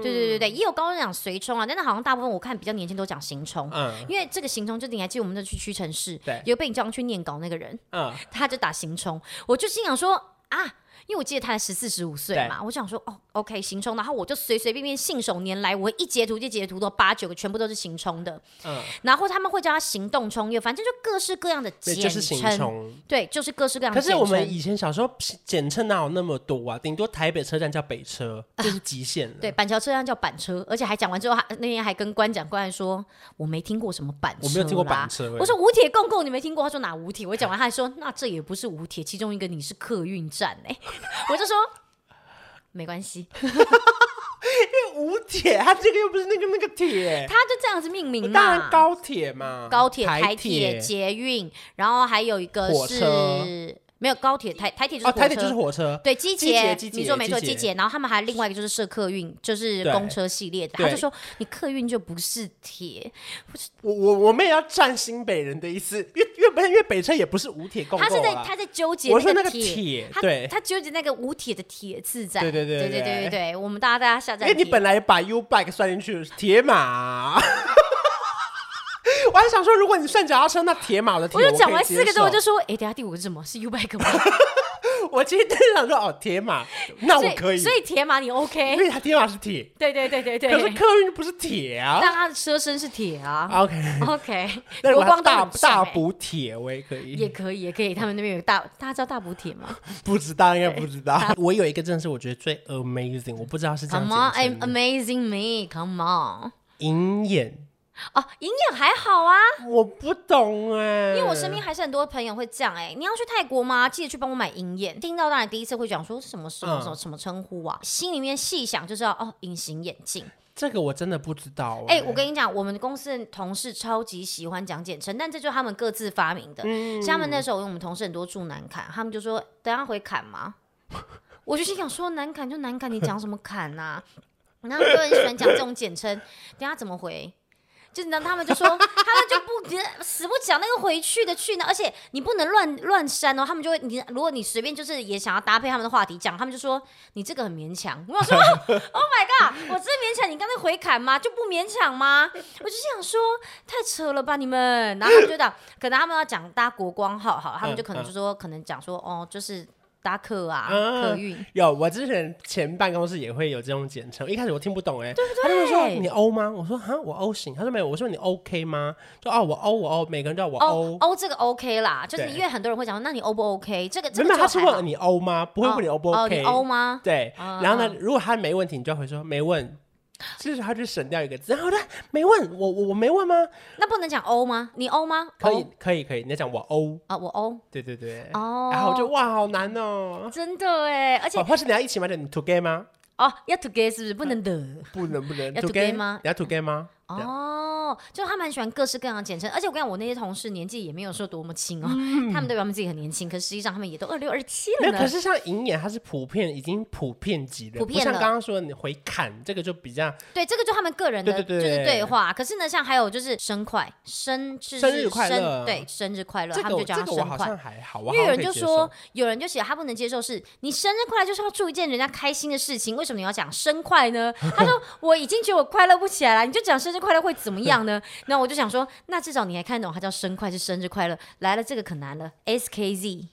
S2: 对对对对，也有高中讲随充啊，但是好像大部分我看比较年轻都讲行充。
S3: 嗯
S2: 因为这个行充，就你还记得我们那去屈臣氏
S3: 对，
S2: 有被你叫上去念稿那个人，
S3: 嗯，
S2: 他就打行冲，我就心想说啊。因为我记得他才十四十五岁
S3: 对
S2: 嘛，我想说哦，OK 行冲，然后我就随随便便信手拈来，我一截图就截图都八九个，全部都是行冲的，
S3: 嗯
S2: 然后他们会叫他行动充月，反正就各式各样的
S3: 对，
S2: 简
S3: 就是行
S2: 称，
S3: 冲。
S2: 对，就是各式各样
S3: 可
S2: 的
S3: 是
S2: 简
S3: 我
S2: 称。
S3: 们以前小时候简称哪有那么多啊？顶多台北车站叫北车，这是极限了。
S2: 啊对，板桥车站叫板车，而且还讲完之后，他那天还跟官讲，官还说我没听过什么板车，
S3: 我没有听过板。车欸。
S2: 我说五铁共共你没听过，他说哪五铁？我讲完他还说那这也不是五铁，其中一个你是客运站
S3: (laughs)
S2: 哎、我就说没关系，
S3: 因为五铁，它这个又不是那个那个铁，
S2: 他就这样子命名
S3: 我
S2: 嘛。
S3: (laughs) 当然高铁哦嘛，
S2: 嗯高铁、
S3: 台
S2: 台铁、捷运，然后还有一个
S3: 火车
S2: 是没有高铁、台台铁就是
S3: 哦，
S2: 火车，
S3: 台铁就是火车，
S2: 对机
S3: 机捷
S2: 捷
S3: 机，捷
S2: 你说没错，
S3: 机
S2: 机
S3: 捷
S2: 捷。然后他们还另外一个就是社客运，就是
S3: 对
S2: 公车系列的。他
S3: 对
S2: 就说你客运就不是铁，
S3: 我我我们也要站新北人的意思，因为因为不是因为北车也不是五铁共
S2: 他是
S3: 构啊
S2: 在
S3: 啦
S2: 他在纠结
S3: 我说那个
S2: 铁。
S3: 铁，
S2: 他
S3: 对，
S2: 他纠结那个无铁的铁字在，
S3: 对对对
S2: 对
S3: 对
S2: 对
S3: 对
S2: 对对，我们大家大家下
S3: 因
S2: 载
S3: 为
S2: 铁。
S3: 你本来把 U bike 算进去，铁马。 (laughs) 我还想说，如果你算脚踏车，那铁马我的铁
S2: 我就讲完
S3: 可以
S2: 四个
S3: 接
S2: 之
S3: 受
S2: 后，我就说，哎，等一下第五个是什么？是 U bike 吗？
S3: (laughs) 我今天想说，哦，铁马，那我可以，
S2: 所以铁马你 OK？
S3: 因为它铁马是铁，
S2: (laughs) 对对对对对。
S3: 可是客运不是铁啊。
S2: 但他的车身是铁啊。 (laughs)
S3: OK，
S2: OK，
S3: (laughs) 那如
S2: 国
S3: 果它
S2: 光
S3: 大
S2: 都很
S3: 大
S2: 重欸
S3: 补铁我也可以，
S2: 也可以，也可以。他们那边有大，大家知道大补铁吗？
S3: (laughs) 不知道应该不
S2: (laughs)
S3: 知道。我有一个真的是我觉得最 amazing，我不知道是这样
S2: 哎 Come on,
S3: 简
S2: I'm
S3: 称的
S2: amazing me. Come on，
S3: 银眼
S2: 哦，营养还好啊，
S3: 我不懂
S2: 因
S3: 哎、
S2: 为我身边还是很多朋友会这样哎、你要去泰国吗？记得去帮我买银眼。听到当然第一次会讲说什么什么
S3: 嗯
S2: 什么什么称呼啊，心里面细想就知道哦，隐形眼镜。
S3: 这个我真的不知道
S2: 哎、我跟你讲，我们公司的同事超级喜欢讲简称，但这就是他们各自发明的。像他们那时候，我们同事很多住南坎，他们就说等下回坎吗？ (laughs) 我就心想说南坎就南坎，你讲什么坎呐、然后很多人喜欢讲这种简称，等下怎么回？就你知道，他们就说，他们就不 (laughs) 死不讲那个回去的去呢，而且你不能乱乱删哦。他们就会，你如果你随便就是也想要搭配他们的话题讲，他们就说你这个很勉强。我想说 (laughs) ，Oh my god，我真勉强。你刚才回砍吗？就不勉强吗？我就想说，太扯了吧你们。然后他们就讲， (laughs) 可能他们要讲搭国光号
S3: 嗯
S2: 好了，他们就可能就说，可能讲说哦，就是搭客啊，
S3: 嗯
S2: 客运。
S3: 有，我之前前办公室也会有这种简称，一开始我听不懂哎、他就说你 O 吗？我说哈，我 O 型。他说没有，我说你 OK 吗？就哦，我 O 我 O，每个人都要我 O。
S2: 哦哦，这个 OK 啦，就是
S3: 对
S2: 因为很多人会讲说，那你 O 不 OK？这个这
S3: 没
S2: 个
S3: 有，
S2: 就
S3: 他是
S2: 还好
S3: 问你 O 吗？不会问你 O 不
S2: 哦
S3: OK？、
S2: 你 O 吗？
S3: 对，
S2: 啊
S3: 然后呢，如果他没问题，你就要回说没问。其实他就省掉一个字，然后呢，没问我我我没问吗？
S2: 那不能讲 O 吗？你 O 吗？
S3: 可以
S2: O
S3: 可以可以，你要讲我 O，
S2: 啊，我 O
S3: 对对对，
S2: 哦
S3: 然后我就哇好难哦，
S2: 真的哎，而且
S3: 哦或是你要一起吗？就你 together 吗？
S2: 哦要 together 是不是不能的？
S3: 不能不能
S2: 要 together 吗
S3: 你要 together 吗？这样
S2: 哦，就他们很喜欢各式各样的简称，而且我跟你讲，我那些同事年纪也没有说多么轻哦，他们都以为他们自己很年轻，可实际上他们也都二六二七
S3: 嗯没
S2: 了
S3: 有，可
S2: 呢。
S3: 是像银眼，它是普遍已经普遍级了，
S2: 普遍
S3: 不像
S2: 了
S3: 刚刚说你回砍这个就比较
S2: 对，这个就他们个人的
S3: 对对对
S2: 就是对话。可是呢，像还有就是生快生就是
S3: 生日快乐
S2: 生对生日快乐，
S3: 这
S2: 他
S3: 个
S2: 们
S3: 我
S2: 就叫
S3: 这
S2: 他
S3: 个我
S2: 生
S3: 好
S2: 快
S3: 像。还好，我
S2: 因
S3: 好
S2: 为有人
S3: 像可以
S2: 就
S3: 接受
S2: 说，有人就写他不能接受是，你生日快乐就是要祝一件人家开心的事情，为什么你要讲生快呢？他
S3: (laughs)
S2: 说我已经觉得我快乐不起来了，你就讲生日快乐会怎么样呢？那我就想说，那至少你还看懂，他叫生快是生日快乐，来了这个可难了，S K Z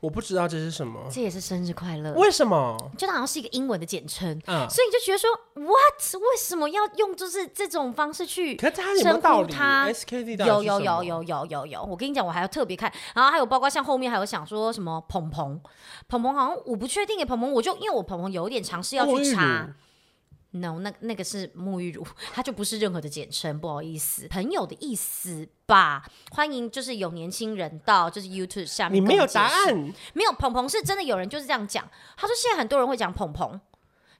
S3: 我不知道这是什么，
S2: 这也是生日快乐，
S3: 为什么？
S2: 就它好像是一个英文的简称，
S3: 嗯，
S2: 所以你就觉得说 what 为什么要用就是这种方式去
S3: 可是它有没有道理
S2: 称呼它
S3: ？SKD 到底
S2: 有
S3: 是
S2: 有
S3: 什
S2: 有
S3: 么
S2: 有有有有，我跟你讲，我还要特别看，然后还有包括像后面还有想说什么鹏鹏，鹏鹏好像我不确定耶，鹏鹏我就因为我鹏鹏有一点尝试要
S3: 沐浴
S2: 去
S3: 乳
S2: 查。No，那那个是沐浴乳，它就不是任何的简称，不好意思，朋友的意思吧。欢迎就是有年轻人到就是 YouTube 下面，
S3: 你没有答，案，
S2: 没有鹏鹏是真的有人就是这样讲，他说现在很多人会讲鹏鹏，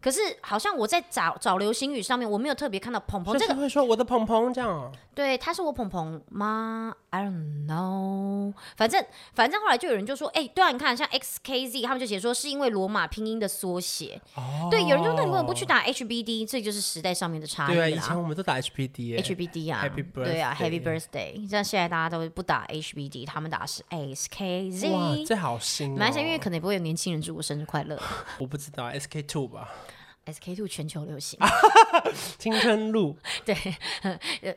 S2: 可是好像我在找找流行语上面我没有特别看到鹏鹏
S3: 所以
S2: 这个
S3: 他会说我的鹏鹏这
S2: (laughs)
S3: 样哦。
S2: 对，他是我鹏鹏吗？I don't know。反正反正后来就有人就说，哎、对啊，你看像 XKZ，他们就写说是因为罗马拼音的缩写。对，有人就那你为什么不去打 HBD？这就是时代上面的差异
S3: 对啊，以
S2: 啦
S3: 前。我们都打 HPD 耶
S2: HBD 啊
S3: Happy
S2: 对啊
S3: birthday
S2: ，Happy Birthday。像现在大家都不打 HBD，他们打的是
S3: 哇，
S2: SKZ。
S3: 这好新哦。
S2: 马来西亚因为可能也不会有年轻人祝我生日快乐
S3: 我不知道 SK Two 吧，
S2: ，SK Two 全球流行，
S3: 青
S2: (laughs)
S3: 春路
S2: 对，呃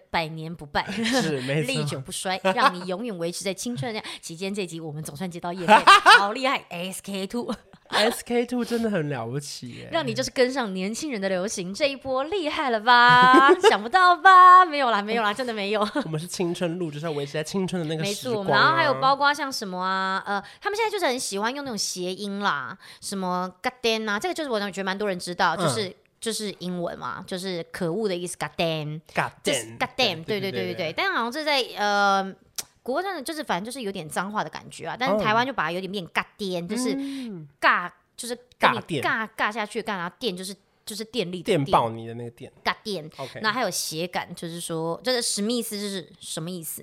S2: 百年不败。
S3: (laughs) 是没
S2: (laughs) 历
S3: 错。
S2: 久不
S3: (laughs)
S2: 衰，让你永远维持在青春的期间。这集我们总算接到
S3: (laughs)
S2: 叶片，好厉害！SK two，
S3: SK Two 真的很了不起耶。
S2: 让你就是跟上年轻人的流行这一波，厉害了吧？
S3: (laughs)
S2: 想不到吧？没有啦，没有啦，真的没有。
S3: 我们是青春路，就是要维持在青春的那个
S2: 没
S3: 时
S2: 错，
S3: 光。啊
S2: 然后还有，包括像什么啊，呃，他们现在就是很喜欢用那种谐音啦，什么 god damn 啊，这个就是我觉得蛮多人知
S3: 嗯
S2: 道，就是、就是英文嘛，就是可恶的意思 god damn。
S3: God
S2: 就是
S3: damn，
S2: God damn，对对对对
S3: 对对
S2: 对，。但好像是在呃。国外真的就是反正就是有点脏话的感觉啊，但是
S3: 哦嗯
S2: 台湾就把它有点变尬颠，就是尬就是跟
S3: 尬
S2: 你
S3: 电
S2: 尬尬下去，尬然后电就是就是电力的
S3: 电爆你的那个电
S2: 尬电，
S3: ，OK，
S2: 然后还有斜感，就是说就是史密斯就是什么意思？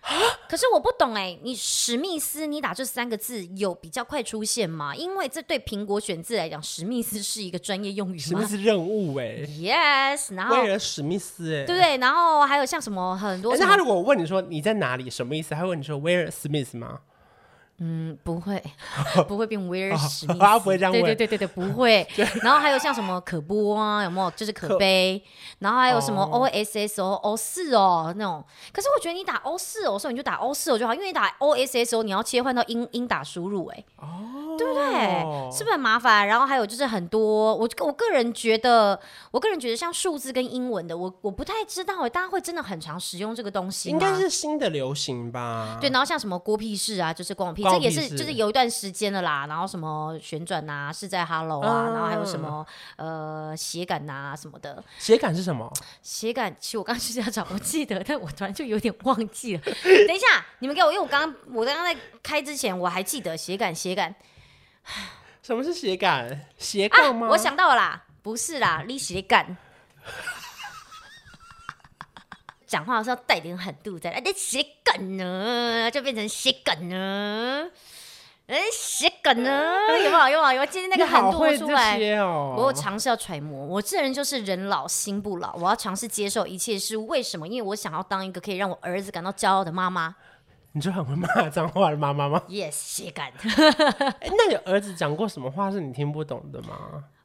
S3: 啊
S2: 可是我不懂哎、你史密斯你打这三个字有比较快出现吗？因为这对苹果选字来讲，史密斯是一个专业用语
S3: 史密
S2: 吗
S3: 斯任务哎，
S2: ？Yes，然后
S3: 威尔史密斯哎，
S2: 对不对？然后还有像什么很多
S3: 欸
S2: 什
S3: 那
S2: 么
S3: 他如果问你说你在哪里，什么意思？他会问你说 Where Smith 吗？
S2: 嗯，不
S3: (laughs)
S2: 会，不会变威尔史密斯，
S3: 哦他不会这样
S2: 对对
S3: 问
S2: 对对对，不
S3: (laughs)
S2: 会。然后还有像什么可播啊，有没有？就是可
S3: 可
S2: 悲。然后还有什么
S3: 哦
S2: O S S O O 四哦那种。可是我觉得你打 O 四哦，所以你就打 O 四哦就好，因为你打 O S S O 你要切换到英英打输入哎、哦，
S3: 对不对
S2: 是不是很麻烦？然后还有就是很多，我我个人觉得，我个人觉得像数字跟英文的，我我不太知道欸，大家会真的很常使用这个东西吗？
S3: 应该是新的流行吧？
S2: 对，然后像什么郭屁事啊，就是关我屁，
S3: 关
S2: 这
S3: 我
S2: 也
S3: 屁
S2: 是
S3: 事
S2: 就是有一段时间了啦。然后什么旋转啊，是在 Hello 啊，然后还有什么呃斜感啊什么的。
S3: 斜感是什么？
S2: 斜感，其实我刚刚就是要找，我记得，但我突然就有点忘记了。 (laughs) 等一下，你们给我，因为我刚刚我刚刚在开之前我还记得斜感斜感
S3: 什么是斜感？斜
S2: 啊
S3: 杠吗？，
S2: 我想到了啦，不是啦，你斜感。 (laughs) 讲话是要带点狠度在，哎，你斜梗呢，就变成斜梗呢，哎，斜梗呢，有没有？有没有？有没有今天那
S3: 那
S2: 个狠度
S3: 会
S2: 出
S3: 这
S2: 来，
S3: 些哦。
S2: 我有尝试要揣摩，我这人就是人老心不老，我要尝试接受一切事物。为什么？因为我想要当一个可以让我儿子感到骄傲的妈妈。
S3: 你就很会骂脏话的妈妈吗？
S2: Yes，斜 (laughs) 哦感。
S3: (laughs) 哎，那你儿子讲过什么话是你听不懂的吗？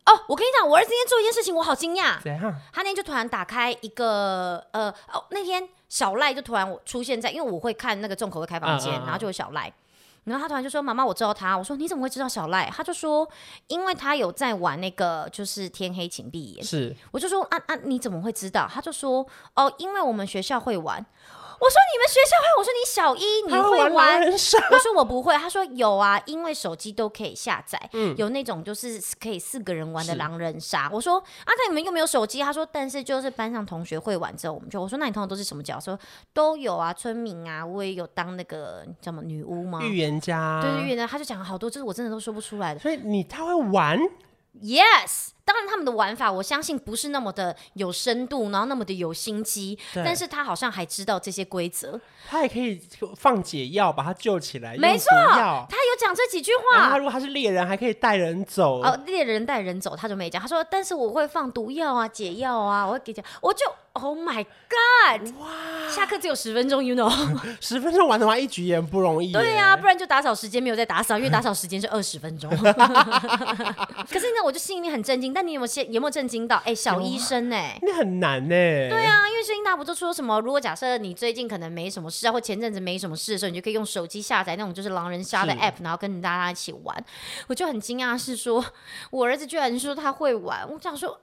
S2: 哦，我跟你讲，我儿子今天做一件事情，我好惊讶。
S3: 怎样？
S2: 他那天就突然打开一个呃哦，那天小赖就突然我出现在，因为我会看那个重口味开房间，
S3: 嗯嗯嗯
S2: 然后就有小赖。然后他突然就说：“妈妈，我知道他。”我说：“你怎么会知道小赖？”他就说：“因为他有在玩那个，就是天黑请闭眼。
S3: 是”
S2: 我就说：“啊啊，你怎么会知道？”他就说：“哦，因为我们学校会玩。”我说：“你们学校会？”我说：“你小一你
S3: 他
S2: 会
S3: 狼
S2: 玩？”
S3: 人杀？
S2: (laughs) 我说我不会，他说有啊，因为手机都可以下载，有那种就是可以四个人玩的
S3: 嗯是
S2: 狼人杀。我说啊，那你们又没有手机？他说，但是就是班上同学会玩之后，我们就我说那你通常都是什么角色？都有啊，村民啊，我也有当那个你知道吗？女巫吗？
S3: 预言家。
S2: 啊对对对，他就讲了好多，就是我真的都说不出来的。
S3: 所以你他会玩
S2: Yes，当然他们的玩法，我相信不是那么的有深度，然后那么的有心机，
S3: 对
S2: 但是他好像还知道这些规则。
S3: 他也可以放解药把他救起来，
S2: 没
S3: 错。药
S2: 他有讲这几句
S3: 然后
S2: 话
S3: 他，如果他是猎人，还可以带人走。
S2: 哦，猎人带人走，他就没讲。他说，但是我会放毒药啊、解药啊，我会给你讲。我就 Oh my God！哇，下课只有十分钟，you (laughs) know？
S3: 十分钟玩得完一局也很不容易。
S2: 对啊呀、，不然就打扫时间没有在打扫，因为打扫时间是二十 (laughs) 分钟。可是呢，我就心里很震惊。但你有没有先有没有震惊到？哎、小医生哎、
S3: 那很难呢。
S2: 对啊，因为最近大家不都说什么？如果假设你最近可能没什么事啊，或前阵子没什么事的时候，你就可以用手机下载那种就是狼人杀的
S3: 是
S2: app，然后跟大家一起玩。我就很惊讶，是说我儿子居然说他会玩，我想说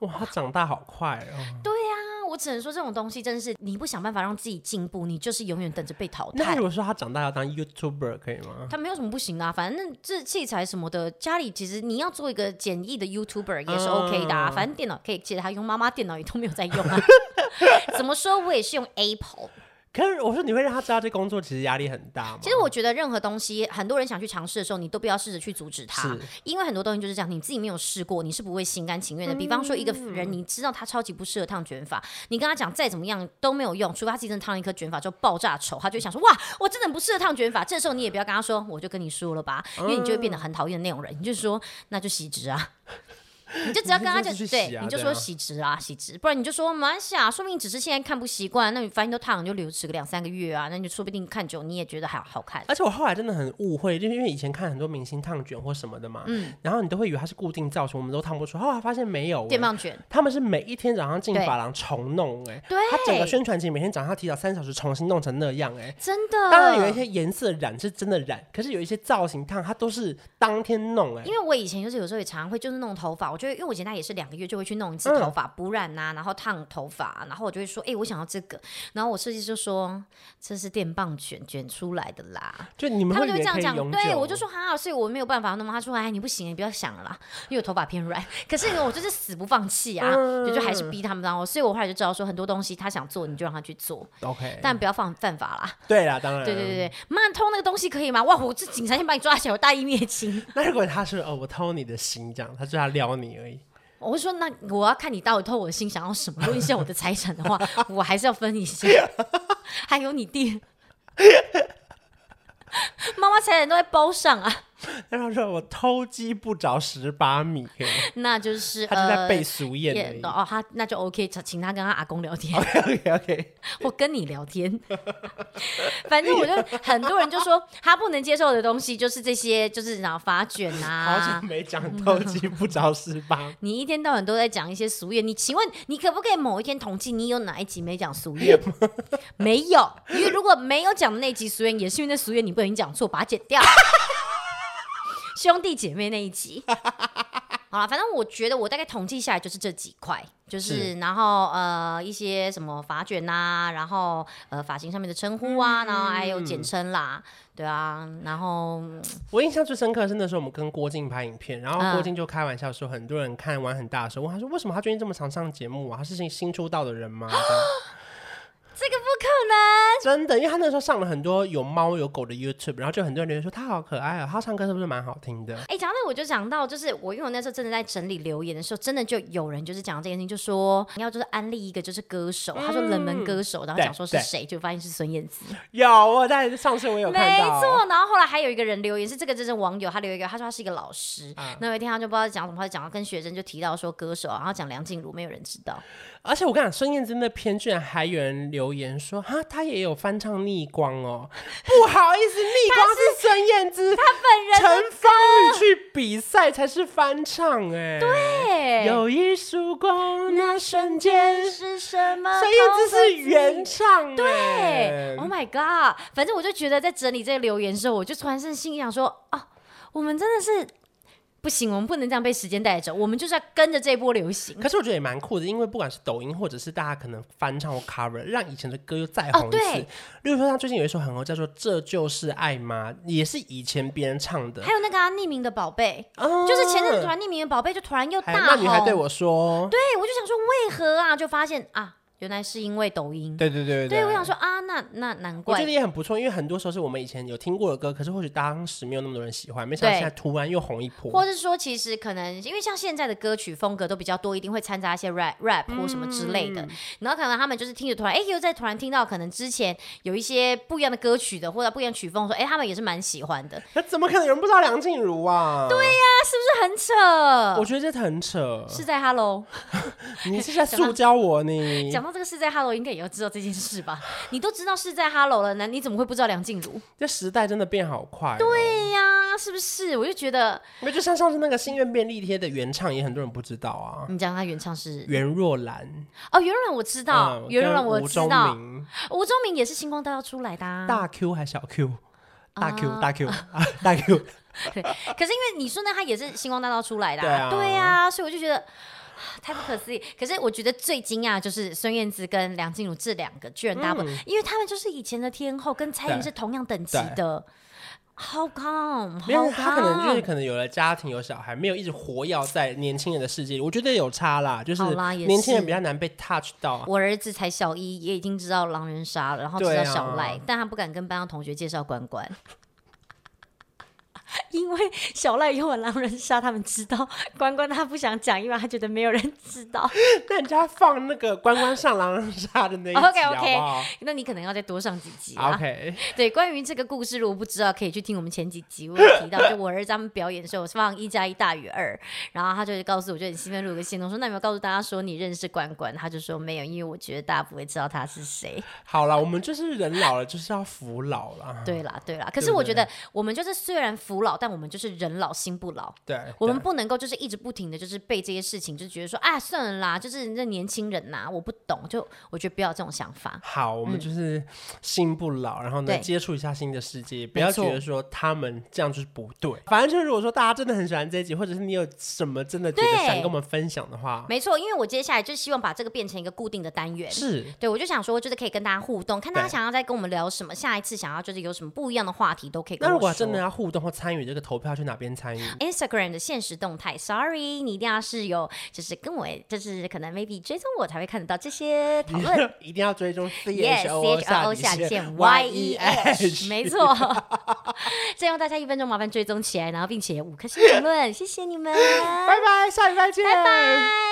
S3: 哇，他长大好快哦。
S2: 啊，我只能说这种东西真的是你不想办法让自己进步，你就是永远等着被淘
S3: 那
S2: 汰
S3: 如。果说他长大要当 YouTuber 可以吗？
S2: 他没有什么不行啊，反正这器材什么的，家里其实你要做一个简易的 YouTuber 也是 OK 的啊。
S3: 嗯
S2: 反正电脑可以借他用，妈妈电脑也都没有在用啊。 (laughs) 怎么说，我也是用 Apple。
S3: 可是我说你会让他知道这工作其实压力很大吗？
S2: 其实我觉得任何东西，很多人想去尝试的时候，你都不要试着去阻止他
S3: 是，
S2: 因为很多东西就是这样，你自己没有试过，你是不会心甘情愿的。比方说一个人，
S3: 嗯
S2: 你知道他超级不适合烫卷发，你跟他讲再怎么样都没有用，除非他自己真的烫了一颗卷发之后爆炸丑，他就会想说哇，我真的很不适合烫卷发。这时候你也不要跟他说，我就跟你说了吧，因为你就会变
S3: 嗯
S2: 得很讨厌的那种人，你就说那就洗直
S3: (laughs)
S2: 啊。你就只要跟他
S3: 你就
S2: 讲，
S3: 继续洗
S2: 对
S3: 啊，
S2: 你就
S3: 对
S2: 说
S3: 啊
S2: 洗直啊，洗直，不然你就说没关系啊，说明你只是现在看不习惯，那你反正都烫，你就留持个两三个月啊，那你说不定看久你也觉得还好看。
S3: 而且我后来真的很误会，就是因为以前看很多明星烫卷或什么的嘛，
S2: 嗯
S3: 然后你都会以为它是固定造型，我们都烫不出，后来发现没有、
S2: 电
S3: 欸。
S2: 棒卷，
S3: 他们是每一天早上进
S2: 对
S3: 发廊重弄、欸，哎，
S2: 对
S3: 他整个宣传期每天早上提早三小时重新弄成那样、欸，哎。
S2: 真的。
S3: 当然有一些颜色染是真的染，可是有一些造型烫，它都是当天弄、欸，哎
S2: 因，为我以前就是有时候也常常会就是弄头发，我就会因为我以前大概也是两个月就会去弄一次
S3: 嗯
S2: 头发，补染呐、然后烫头发，然后我就会说，哎、我想要这个，然后我设计师就说这是电棒卷卷出来的啦，
S3: 就你们
S2: 他
S3: 会
S2: 们
S3: 以
S2: 就会这样
S3: 为可以
S2: 讲
S3: 永，久。
S2: 对我就说哈，所以我没有办法弄嘛。他说哎，你不行，你不要想了啦，因为我头发偏软，可是呢我就是死不放弃啊，
S3: 嗯
S2: 就就还是逼他们，然后所以我后来就知道说很多东西他想做你就让他去做，
S3: OK，
S2: 但不要犯犯法啦。
S3: 对啦，当然，
S2: 对对对对，慢偷那个东西可以吗？哇，我这警察先把你抓起来，我大义灭亲。
S3: 那如果他是哦，我偷你的心这样，他就要撩你而已。
S2: 我会说，那我要看你到底偷我的心想要什么。如果你想我的财产的
S3: (laughs)
S2: 话，我还是要分你一下。还有你弟， (laughs) 妈妈财产都在包上啊，
S3: 那他说我偷鸡不着十八米，可以吗
S2: 那就是
S3: 他就在背
S2: 呃
S3: 俗谚而
S2: 也
S3: (laughs) 已。
S2: 哦，他那就 OK，请请他跟他阿公聊天，
S3: OK OK OK，
S2: 或跟你聊天。 (laughs) 反正我就很多人就说他不能接受的东西就是这些，就是然后发卷
S3: 好
S2: 啊
S3: 久。没讲偷鸡不着十 (laughs) 八米。
S2: 你一天到晚都在讲一些俗谚，你请问你可不可以某一天统计你有哪一集没讲俗谚？没有，因为如果没有讲的那集俗谚，也是因为那俗谚你不小心讲错，把它剪掉。兄弟姐妹那一集。好了，反正我觉得我大概统计下来就是这几块，就是
S3: 是
S2: 然后呃一些什么发卷呐、然后呃发型上面的称呼啊，然后还有简称啦，对啊，然后
S3: 我印象最深刻的是那时候我们跟郭靖拍影片，然后
S2: 嗯
S3: 郭靖就开玩笑说，很多人看玩很大的时候问他说，为什么他最近这么常上节目啊？他是新新出道的
S2: (gasps)
S3: 人吗？这样
S2: 这个不可能，
S3: 真的，因为他那时候上了很多有猫有狗的 YouTube，然后就很多人留言说他好可爱哦，他唱歌是不是蛮好听的？
S2: 哎、讲到这我就讲到，就是我因为我那时候真的在整理留言的时候，真的就有人就是讲到这件事情，就说你要就是安利一个就是歌手，他说冷门歌手，然后
S3: 嗯对
S2: 讲说是
S3: 对
S2: 谁，就发现是孙燕姿。
S3: 有，我在上次我有看
S2: 没
S3: 到，哦
S2: 错，然后后来还有一个人留言是这个，就是网友，他留一个，他说他是一个老师，
S3: 啊
S2: 那有一天他就不知道讲什么，他就讲到跟学生就提到说歌手，然后讲梁静茹，没有人知道，
S3: 而且我跟你讲，孙燕姿那篇居然还有人留言说，哈，她也有翻唱《逆光》哦。 (laughs) 不好意思，《逆光》是孙
S2: (laughs)
S3: 燕姿，她
S2: 本人
S3: 陈芳宇去比赛才是翻唱哎、
S2: 对，
S3: 有一束光，那
S2: (laughs)
S3: 瞬间，孙
S2: 是什么？
S3: 燕姿是原。唱、哎
S2: 对，Oh my god！反正我就觉得在整理这个留言的时候，我就突然是心里想说，啊，我们真的是不行，我们不能这样被时间带走，我们就是要跟着这波流行。
S3: 可是我觉得也蛮酷的，因为不管是抖音或者是大家可能翻唱或 cover，让以前的歌又再红一次。
S2: 哦对
S3: 例如说，他最近有一首很红，叫做《这就是爱吗》，也是以前别人唱的
S2: 还。有那个、啊、匿名的宝贝，
S3: 啊
S2: 就是前阵子突然匿名的宝贝就突然又
S3: 还
S2: 大
S3: 有
S2: 红，
S3: 啊那女孩对我说，
S2: 对，我就想说为何啊？就发现啊，原来是因为抖音。
S3: 对对对对
S2: 对，我想说啊，那那难
S3: 我
S2: 怪
S3: 觉得。也很不错，因为很多时候是我们以前有听过的歌，可是或许当时没有那么多人喜欢，没想到
S2: 对
S3: 现在突然又红一波。
S2: 或是说，其实可能因为像现在的歌曲风格都比较多，一定会掺杂一些 rap、rap 或什么之类
S3: 嗯
S2: 的。然后可能他们就是听着突然，哎，又在突然听到可能之前有一些不一样的歌曲的，或者不一样曲风的时候，说哎，他们也是蛮喜欢的。
S3: 那怎么可能有人不知道梁静茹啊？对呀、
S2: 这很扯
S3: 我，觉得这很扯。
S2: 是在 Hello
S3: 你是在塑胶
S2: (laughs)
S3: 我 (laughs) 你？
S2: 讲到这个是在 Hello，应该也要知道这件事吧？你都知道是在 Hello 了，那你怎么会不知道梁静茹？
S3: 这时代真的变好快、对，
S2: 对呀，是不是？我就觉得
S3: 因为就像上次那个心愿便利贴的原唱，也很多人不知道啊。
S2: 你讲他原唱是
S3: 袁若兰，
S2: 哦，袁若兰我知道，
S3: 嗯
S2: 袁若兰
S3: 跟
S2: 我
S3: 吴
S2: 知
S3: 宗
S2: 道，
S3: 明
S2: 吴宗明也是星光大道出来的、啊。
S3: 大 Q 还小 Q，大 Q、
S2: 啊
S3: 大 Q 啊大 Q，
S2: 对，可是因为你说呢，他也是星光大道出来的、
S3: 对啊
S2: 对啊，所以我就觉得。 (sighs) 啊太不可思议！可是我觉得最惊讶的就是孙燕姿跟梁静茹这两个居然 double，、因为他们就是以前的天后，跟蔡依林
S3: 嗯对
S2: 是同样等级的。How come？
S3: 没有
S2: How
S3: 他可能就是
S2: come？
S3: 可能有了家庭有小孩，没有一直活跃在年轻人的世界里，我觉得有差啦，就是
S2: 好啦也
S3: 年轻人
S2: 是
S3: 比较难被 touch 到啊。
S2: 我儿子才小一，也已经知道狼人杀了，然后知
S3: 对
S2: 道
S3: 啊
S2: 小赖，但他不敢跟班上同学介绍关关。 (laughs) 因为小赖有玩狼人杀，他们知道关关他不想讲，因为他觉得没有人知道。
S3: 那人家放那个关关上狼人杀的那一集
S2: (laughs) OK，OK
S3: 好不好
S2: 那你可能要再多上几集
S3: 好
S2: 啊。
S3: ？OK，
S2: 对，关于这个故事，如果不知道，可以去听我们前几集，我有提到，就我儿子他们表演的时候，我放一加一大于二，然后他就告诉我，就很兴奋录个线动，说那有没有告诉大家说你认识关关？他就说没有，因为我觉得大家不会知道他是谁。
S3: 好了，我们就是人老了就是要服老了。
S2: 对啦，对啦。可
S3: 对
S2: 是
S3: 不
S2: 我觉
S3: 对
S2: 得我们就是虽然服老，但我们就是人老心不老。
S3: 对，
S2: 我们
S3: 对
S2: 不能够就是一直不停的就是被这些事情，就觉得说啊算了啦，就是那年轻人呐、我不懂，就我觉得不要有这种想法。
S3: 好，我们就是心不老，然后
S2: 嗯
S3: 呢，
S2: 对
S3: 接触一下新的世界，不
S2: 没
S3: 要觉
S2: 错
S3: 得说他们这样就是不对。反正就是如果说大家真的很喜欢这一集，或者是你有什么真的觉得
S2: 对
S3: 想跟我们分享的话，
S2: 没错，因为我接下来就希望把这个变成一个固定的单元。
S3: 是
S2: 对，我就想说，就是可以跟大家互动，看大家
S3: 对
S2: 想要再跟我们聊什么，下一次想要就是有什么不一样的话题都可以跟
S3: 那
S2: 我
S3: 如果
S2: 说。
S3: 真的要互动或参与这个投票，去哪边参与？
S2: Instagram 的现实动态，Sorry，你一定要是有，就是跟我，就是可能 maybe 追踪我才会看得到这些讨
S3: (laughs)
S2: 论。
S3: 一定要追踪 C
S2: Yes,
S3: E H O
S2: C H O O
S3: 下
S2: 下
S3: 底
S2: 线
S3: Y
S2: Y
S3: E
S2: E
S3: H，
S2: H，没错。 (laughs) 再用大家一分钟，麻烦追踪起来，然后并且五颗星评论，谢谢你们，
S3: 拜拜，下礼拜见，
S2: 拜拜。